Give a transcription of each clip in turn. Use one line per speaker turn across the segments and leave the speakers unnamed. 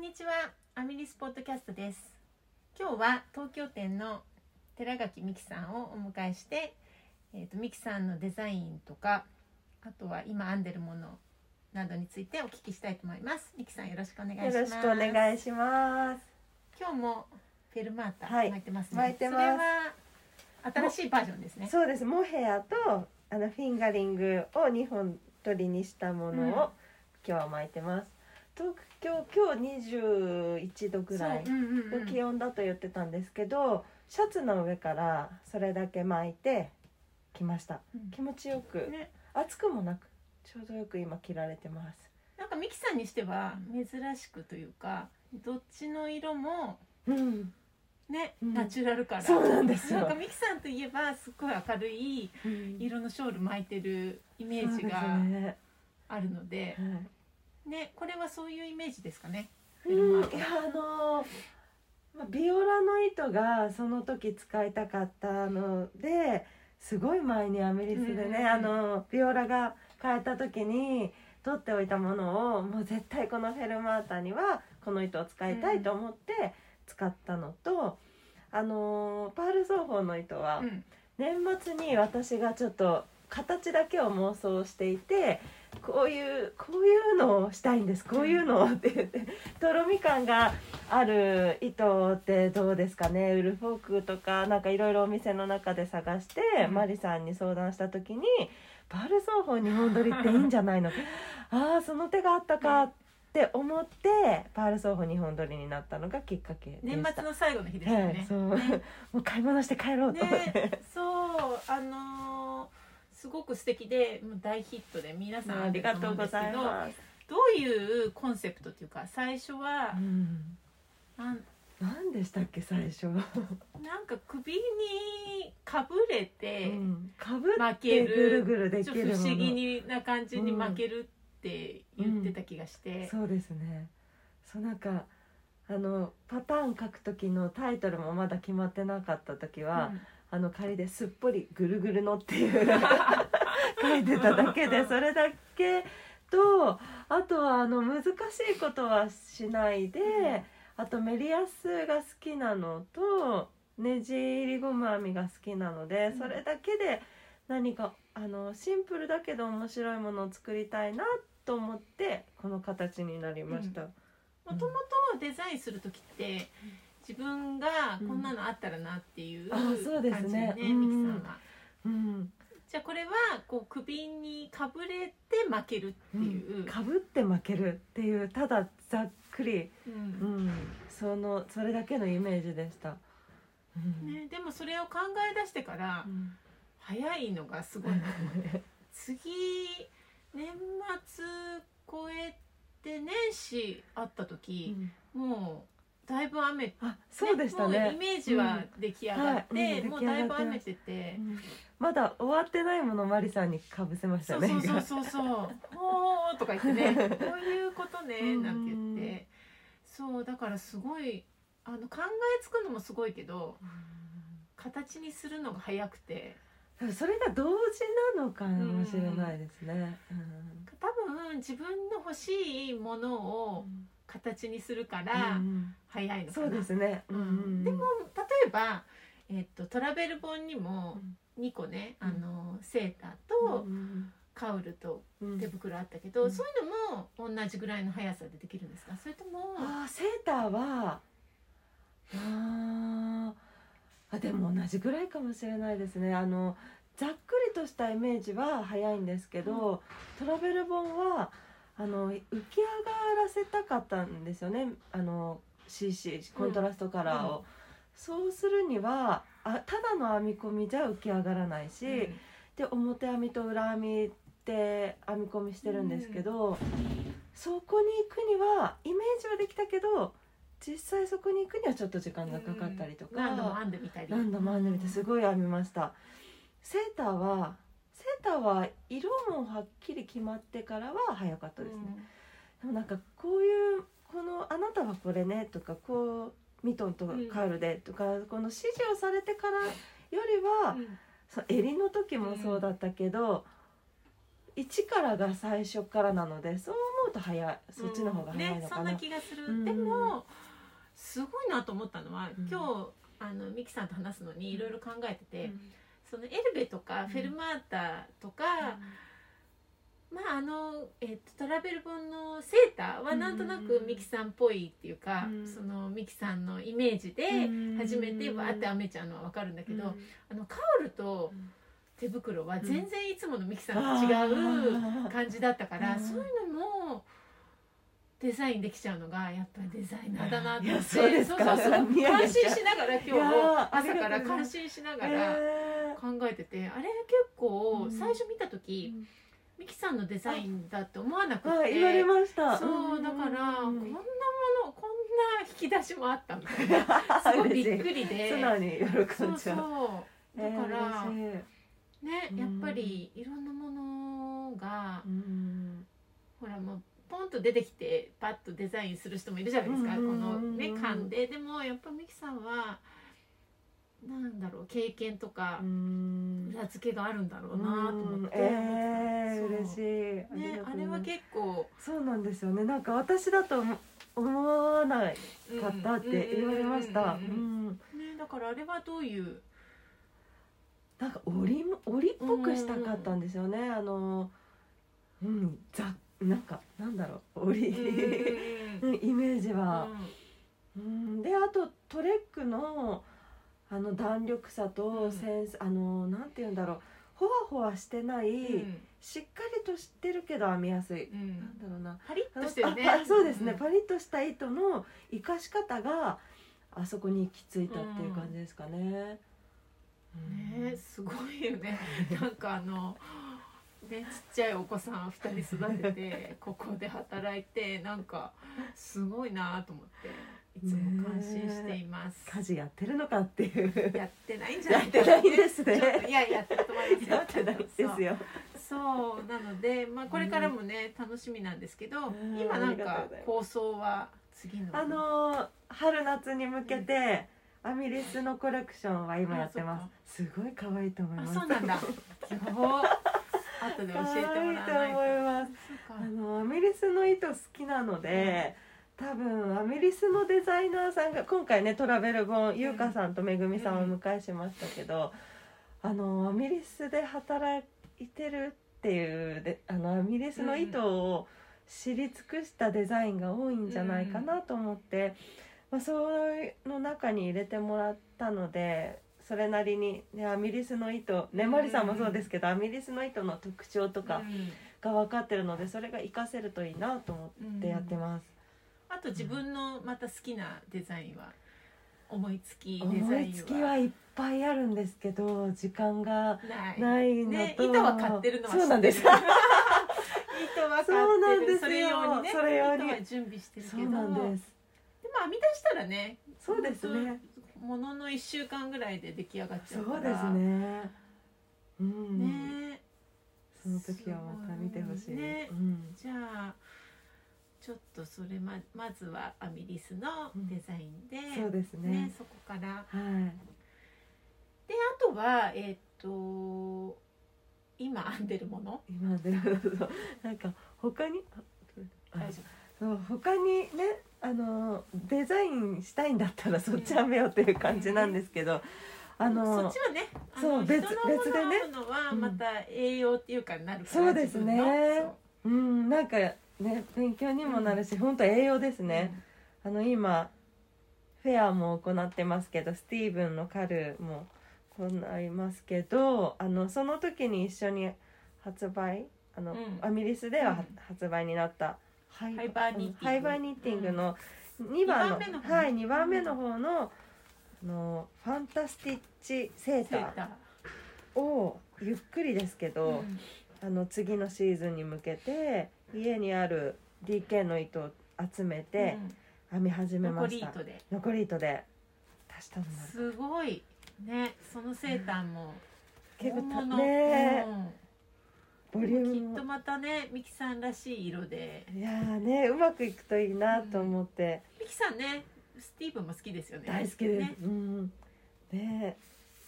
にちはアミリスポッドキャストです今日は東京店の寺垣美希さんをお迎えして、えー、と美希さんのデザインとかあとは今編んでるものなどについてお聞きしたいと思います美希さんよろしくお願いしま
よ
す
ろしくお願い
す
します。
今日もフェルマータ
はい
巻いてますね、
巻いてます
それは新しいバージョンですね
そうです。モヘアとあのフィンガリングを2本取りにしたものを、
うん
今日は巻いてます。東京今日21度ぐらい
そううんうんうん
の気温だと言ってたんですけど、シャツの上からそれだけ巻いてきました。
うん
気持ちよく、
ね
暑くもなくちょうどよく今着られてます。
なんかミキさんにしては珍しくというかどっちの色も
うん、
ね、
うん
ナチュラルから
そうなんですよ
なんかミキさんといえばすごい明るい色のショール巻いてるイメージ
そ
が
うですね
あるので
はい
ねこれはそういうイメージですかね。
うん、いやあのーまあビオラの糸がその時使いたかったのですごい前にアメリスでね、
うん
あのビオラが変えた時に取っておいたものをもう絶対このフェルマータにはこの糸を使いたいと思って使ったのと、あのーパール奏法の糸は
うん
年末に私がちょっと形だけを妄想していてこういうこういうのをしたいんですこういうのをって言って とろみ感がある糸ってどうですかねウルフォークとかなんかいろいろお店の中で探して、
うん
マリさんに相談した時に「パール奏法日本撮りっていいんじゃな いの? 」ああその手があったかって思ってパール奏法日本撮りになったのがきっかけでした。
年末の最後の日ですよ
ええ
ね。
そう
ね
もう買い物して帰ろうと思って、
ね、そうあのーすごく素敵でもう大ヒットで皆さん
ありがとうござい
す
ます。
どういうコンセプトというか最初は
うん
なん
何でしたっけ最初、
なんか首にかぶれて、
かぶっ
巻
て
け
ぐ
る
るぐるで
ち
き
ょっ
る
と
も
不
の
思議にな感じに負けるって言ってた気がして、
そうですねそうなんかあのパターン書く時のタイトルもまだ決まってなかった時は、あの仮ですっぽりぐるぐるのっていう書いてただけでそれだけとあとはあの難しいことはしないで、
うん
あとメリヤスが好きなのとねじ入りゴム編みが好きなので、
うん
それだけで何かあのシンプルだけど面白いものを作りたいなと思ってこの形になりました。
もともとデザインする時って自分がこんなのあったらなっていう
あ
感じ
そうですね
ね
うん
ミキさんは。
うん
じゃあこれはこう首にかぶれて負けるっていう、
かぶって負けるっていうただざっくり
うん
うん、そのそれだけのイメージでした。うん
ね、でもそれを考え出してから
うん
早いのがすごいなと思って次年末超えて年始あった時、もうだいぶ雨
あそうでした
もうイ
ね。
メージは出来上がって、
うんはいうん
もう
出来
だいぶ
上がって
雨
ま
てて
う、んまだ終わってないものをマリさんにかぶせまし
そ
た
う
ね。
そうそうそうそう「ほー」とか言ってね「こういうことね」
うん
なんて言ってそうだからすごいあの考えつくのもすごいけど形にするのが早くて
うんそれが同時なのかもしれないですね。
多分自分の欲しいもの
うん
を形にするから
うん
早いのか
そ
な、
うですね。
うんでも例えば、えっと、トラベル本にも2個ね、
うん
あのセーターと
うん
カウルと
うん
手袋あったけど、
うん
そういうのも同じぐらいの速さでできるんですかそれとも
あーセーターはあーあでも同じぐらいかもしれないですねあのざっくりとしたイメージは早いんですけど、トラベル本はあの浮き上がらせたかったんですよねあの CC コントラストカラーを、
う
そうするにはあただの編み込みじゃ浮き上がらないし、
うん
で表編みと裏編みって編み込みしてるんですけど、そこに行くにはイメージはできたけど実際そこに行くにはちょっと時間がかかったりとか、
何度も編んでみたり
何度も編んでみてすごい編みましたセーターはセーターは色もはっきり決まってからは早かったですね、でもなんかこういうこの「あなたはこれね」とかこう「ミトンとカールで」とか、この指示をされてからよりは、
うん
そう襟の時もそうだったけど、一からが最初からなのでそう思うと早いそっちの方が早い
ね
の
そ
か
ん
な、
な気がする、
うん
でもすごいなと思ったのは、
うん
今日あのミキさんと話すのにいろいろ考えてて、
うん
そのエルベとか
うん
フェルマータとか、まああの、えっとトラベル本のセーターはなんとな
うんうん
く
うん
ミキさんっぽいっていうか、
うん
そのミキさんのイメージで
うん
初めてわーって編めちゃうのはわかるんだけど、あのカウルと
うん
手袋は全然いつものミキさんと違う
あー
感じだったから、
うん
そういうのもデザインできちゃうのがやっぱりデザイナーだなと思って
いやそうですか
そうそうそう
ニヤニ
感
ヤしちゃ
心
う
しながら今日
いやーあり
朝
がとうご
か
ざい
ら
ます
感心しながら。
え
考えててあれ結構
うん
最初見た時、
うん
ミキさんのデザインだって思わなく
ー
て、
はい言われました
そうだから、こ
う
ん
ん
なものこんな引き出しもあったみたい なすごいびっくりで
素直に喜
そ
ん
う
じ
そ
ゃ
う
う
だから、
えー嬉しい
ね
うん
やっぱりいろんなものが、
うん
ほらもうポンと出てきてパッとデザインする人もいるじゃないですか、
うん
このね
うん
勘ででもやっぱミキさんはなんだろう経験とか
うん
裏付けがあるんだろうなと思って。
えー、嬉し
い。
いり
ね
が、と
あ
うござ
れ
いま
は
す
結構、
そうなんですよねなんか私だと思思わない
うん
かったって言われました、
うんうんうん
うん
うんね、だからあれはどう いう、
なんか折りも折りっぽくしたかったんですよね、あのうんざなんかなんだろう折り、
う
うん ん、イメージは、うん、であとトレックのあの弾力さ
う
と
ん
センス、あのなんて言うんだろうほわほわしてない、しっかりとしてるけど編みやすい、
うんうん
なんだろうな
パリッ
あ
としてるね
あそうですね、
ん
パリッとした糸の生かし方があそこに行き着いたっていう感じですかね。うん
ねすごいよねなんかあのねちっちゃいお子さん2人育て てここで働いてなんかすごいなと思っていつも感心しています、
家事やってるのかっていう
やってないんじゃ
や
ないか
ってないです
ちょっ
ね
といややってると思いますよ
やってないですよ
そうなので、まあ、これからもね、楽しみなんですけど
うん
今な
あ
ん
りがとう
か
ございます
構想は次の
あのー春夏に向けてアミリスのコレクションは今やってますすごい可愛いと思い
あ
ます
そうなんだやば後で教
可愛
え
い
て
と
もらわないと
思います
そう
あ
か
のアメリスの糸好きなので多分アメリスのデザイナーさんが今回ねトラベル本優香さんとめぐみさんをお迎えしましたけど、あのアメリスで働いてるっていうであのアメリスの糸を知り尽くしたデザインが多いんじゃないかなと思って、まあ、そういうの中に入れてもらったので。それなりに、ね、アミリスの糸ねまりさんもそうですけど、アミリスの糸の特徴とか、が分かってるのでそれが活かせるといいなと思
うん
ってやってます、
あと自分のまた好きなデザインは思いつきデ
思
ザイ
い
ン
つき
は
はいっぱいあるんですけど時間が
ない
ないのと、
ね糸は買ってるのは知ってる
そうなんで す
糸は買
そうな
っ
ん
て
です
る
よ
それ用にね
それ用に
糸は準備してるけ
そ
ど
うなんです
でも編み出したらね
そうですね
ものの1週間ぐらいで出来上がっち
そ
ゃうから
うですねうん
ね
その時はまた見てほしい
すごね
うん
じゃあちょっとそれままずはアミリスのデザインで、
そうですね
ねそこから
はい
であとはえっ、と今編んでるもの
今でもそうなんか他にあ
大丈
そう他にねあのデザインしたいんだったらそっちはめようっていう感じなんですけど、
夫
あ
そ
の
っちはねあ
そ
の
う
人の
別
も
別
の
で
を
ね
編むのは
うん
また栄養っていうかになるから
そうですね
自分の
うんなんかね勉強にもなるし、本当栄養です
そう
ね、あの今フェアも行ってますけどスティーブンのカルーも行いますけどあのその時に一緒に発売あの、
うん
アミリスではは
うん
発売になったハイ
ハイバーニッティング
ハイバーニッティングの2番
二番
の
目の方ね
はい2番目の方の,、あのファンタスティッチセー
セー
タ
タ
ーをゆっくりですけ
ー
ど、
うん
あの次のシーズンに向けて家にある DK の糸を集めて編み始
うん
め
残
まし
り
た、
糸で
残り糸で足したのも
すごいねそのセーターも
結構た
本物
ね
うん
ボリューム
きっと
も
またねミキさんらしい色で
いやーねうまくいくといいなと思って、
ミキさんねスティーブンも好きですよね
大好きです、
ね
うんね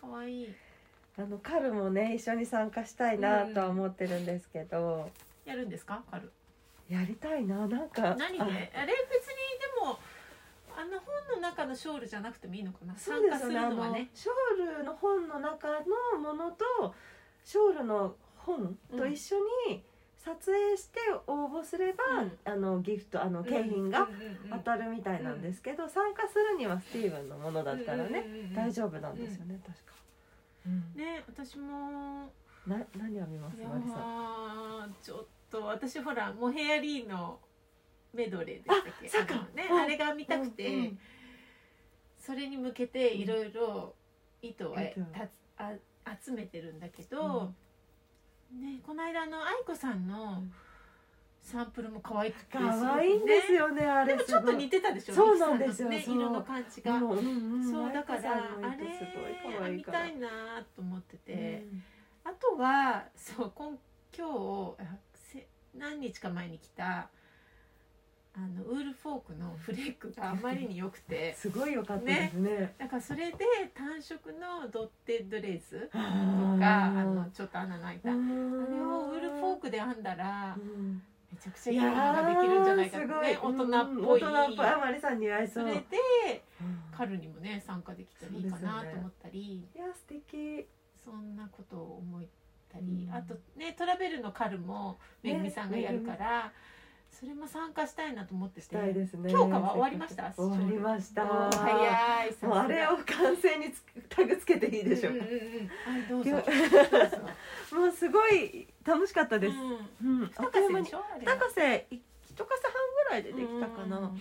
可愛いい
あのカルもね一緒に参加したいなとは思ってるんですけど、
やるんですかカル
やりたいななんか
何であれ別にでもあの本の中のショールじゃなくてもいいのかな
あそう
参
で
加
す
す
よ
る
ねあ
のは
の
ね
ショールの本の中のものとショールの本と一緒に撮影して応募すれば、
うん
あのギフトあの景品が当たるみたいなんですけど、参加するにはスティーブンのものだったらね、大
夫
丈夫なんですよね、確か、うん
ね私も
な何を見ます
いや
マリさん
ーちょっと私ほらモヘアリーのメドレーでしたっけ
あそうか
のね
うん
あれが見たくて、
うんうん
それに向けていろいろ糸をあ
糸を
たあ集めてるんだけど、ね、この間の愛子さんのサンプルも可愛くて
可愛いんです
よ、
よねあ
ね、
れ
でもちょっと似てたでしょ
そうなんですよ
ミキさんのね、
そう
色の感じ
すごい
が、
もううんうん
そうだから
マリコさんの
あ
糸すごい可
れ
愛い
見
から
たいなと思ってて。
うん
あとはそう今今日あせ何日か前に来たあのウールフォークのフレークがあまりに良く て
すごい良かったですね
だからそれで単色のドッテッドレーズ
とか
とかあのちょっと穴の開いたあれをウールフォー
ク
クで編んだらめちゃくちゃ
い
いい
や
ものができるんじゃないかと
ー
ね
すご
大人
い
っぽい
うんうん大人っぽいあまりさん似合いそ
そうれで
うん
カルにもね参加できたらいいかなと思ったり
いや素敵
そんなことを思ったり、
うん
あとねトラベルのカルもめぐみさんがやるから、それも参加したいなと思ってて
したいですね
強化は終わりました
終わりました
おー早いさすが
もうあれを完成につタグつけていいでしょ
うんうんうんはいどうぞ
今日
どうぞ
もうすごい楽しかったです
うん
うんあっという
高瀬
間に
でしょあれは
高瀬一高瀬半ぐらいでできたか
うんうん
な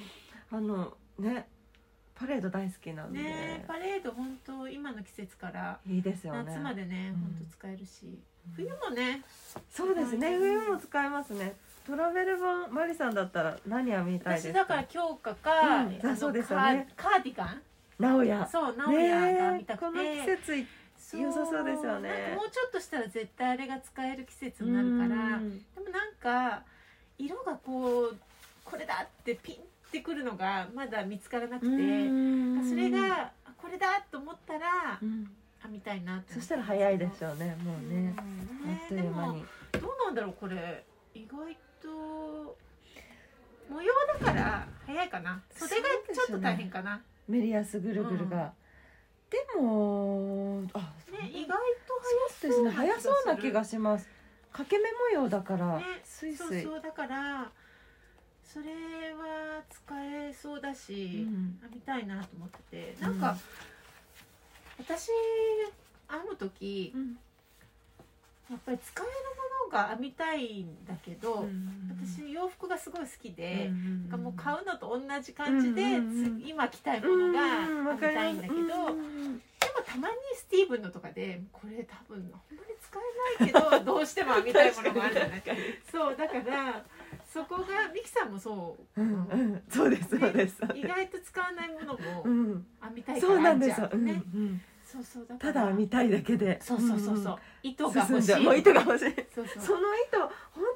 あのねパレード大好きな
うんん
で
ねえパレード本当今の季節から
いいですよね
夏までね
うん
本当使えるし、冬もね
そうですね
うん
冬も使えますねトラベル版マリさんだったら何編みたいです
私だから強化か、
うん
あの
そうですよね
カーカーディガン
なおや
そう直哉が
ね
見たくて、
この季節い良さそうですよね
なんかもうちょっとしたら絶対あれが使える季節になるから、
うん
でもなんか色がこうこれだってピンってくるのがまだ見つからなくて、
うん
それがあこれだと思ったら
うん
編みたいなって
そしたら早いでし
ょ
ょうねもうねあっと
で
いう間
も
に
どうなんだろうこれ意外と模様だから早いかな袖が
そうでし
ち
ょうね
ょっと大変かな、
メリアスぐるぐるがでもあ
ね意外
そうですね早そうな気がしますかけ目模様だから
ね
スイ
と
ス
早
イ
そうそうだからそれは使えそうだ
う
し、
ん
編みたいなと思っててなんか、私編む時
うん
やっぱり使えるものが編みたいんだけど、私洋服がすごい好きで、なんかもう買うのと同じ感じで、
うんうんうん
つ今着たいものが
う
編
ん
みたいんだけど、
わか
でも
ります
たまにスティーブンのとかでこれ多分ほんまに使えないけどどうしても編みたいものがあるじゃないそうだからそこがミキさんもそう、
うんうんそうですそうですそう
意
です
外と使わないものも
うん
編みたいか
そ
ら
うなん
編ん
で
じ
す
ゃ
よ
う
うんう
ね、
ん
そうそうだか
た
ら
だ見たいだけで
そうそうそうそう、
んん
糸が欲し
進んじゃう
い
もう糸が欲しい
そうそう
その糸本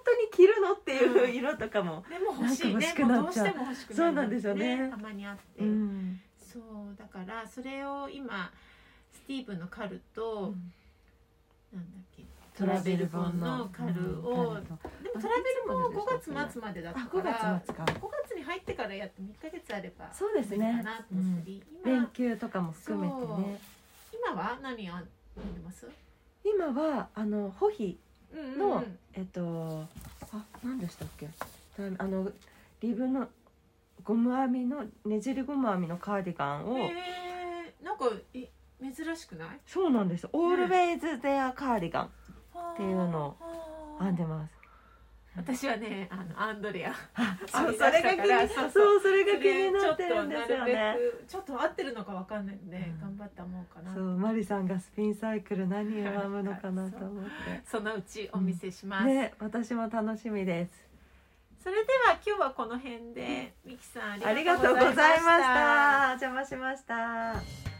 当に着るのっていううん色とかも
でも欲しい
なん
ね
か欲しく
もう
な
ど
っ
う
ち
し
ゃう
ても欲しくなる
そうなんですよね
たまにあって、
うん
そうだからそれを今スティーブンのカルと、なんだっけトラベル本のカルを、
うん
でもトラベル本5月末までだった
あ
か
五
ら
月末か
5月に入ってからやっても1ヶ月あれば
そうですね
いいかなと思ったり、
連
今
休とかも含めてね
今は何やってます、
今はあのホヒ
うんうんうん
のえっとあ何でしたっけあのリブのゴム編みのねじりゴム編みのカーディガンを、
へーなんかえ珍しくない
そうなんですオールウェイズデアカーディガン
って
いうの
を
編んでます
私はねあのアンドレア
あ
編
そ
み
う
出
それが
し
気
た
に
から
そ
そうう
そ
そう
れが気になってるんですよ
ちょっとな
ね
るべくちょっと合ってるのかわかんないんで、
うん
頑張って思うかな
そうマリさんがスピンサイクル何を編むのかなと思っ
そのうちお見せします、
てね私も楽しみです
それでは今日はこの辺でミキさん
あ
あ
り
り
が
が
と
と
う
う
ご
ご
ざ
ざ
い
いま
まし
した
た。お邪魔しました。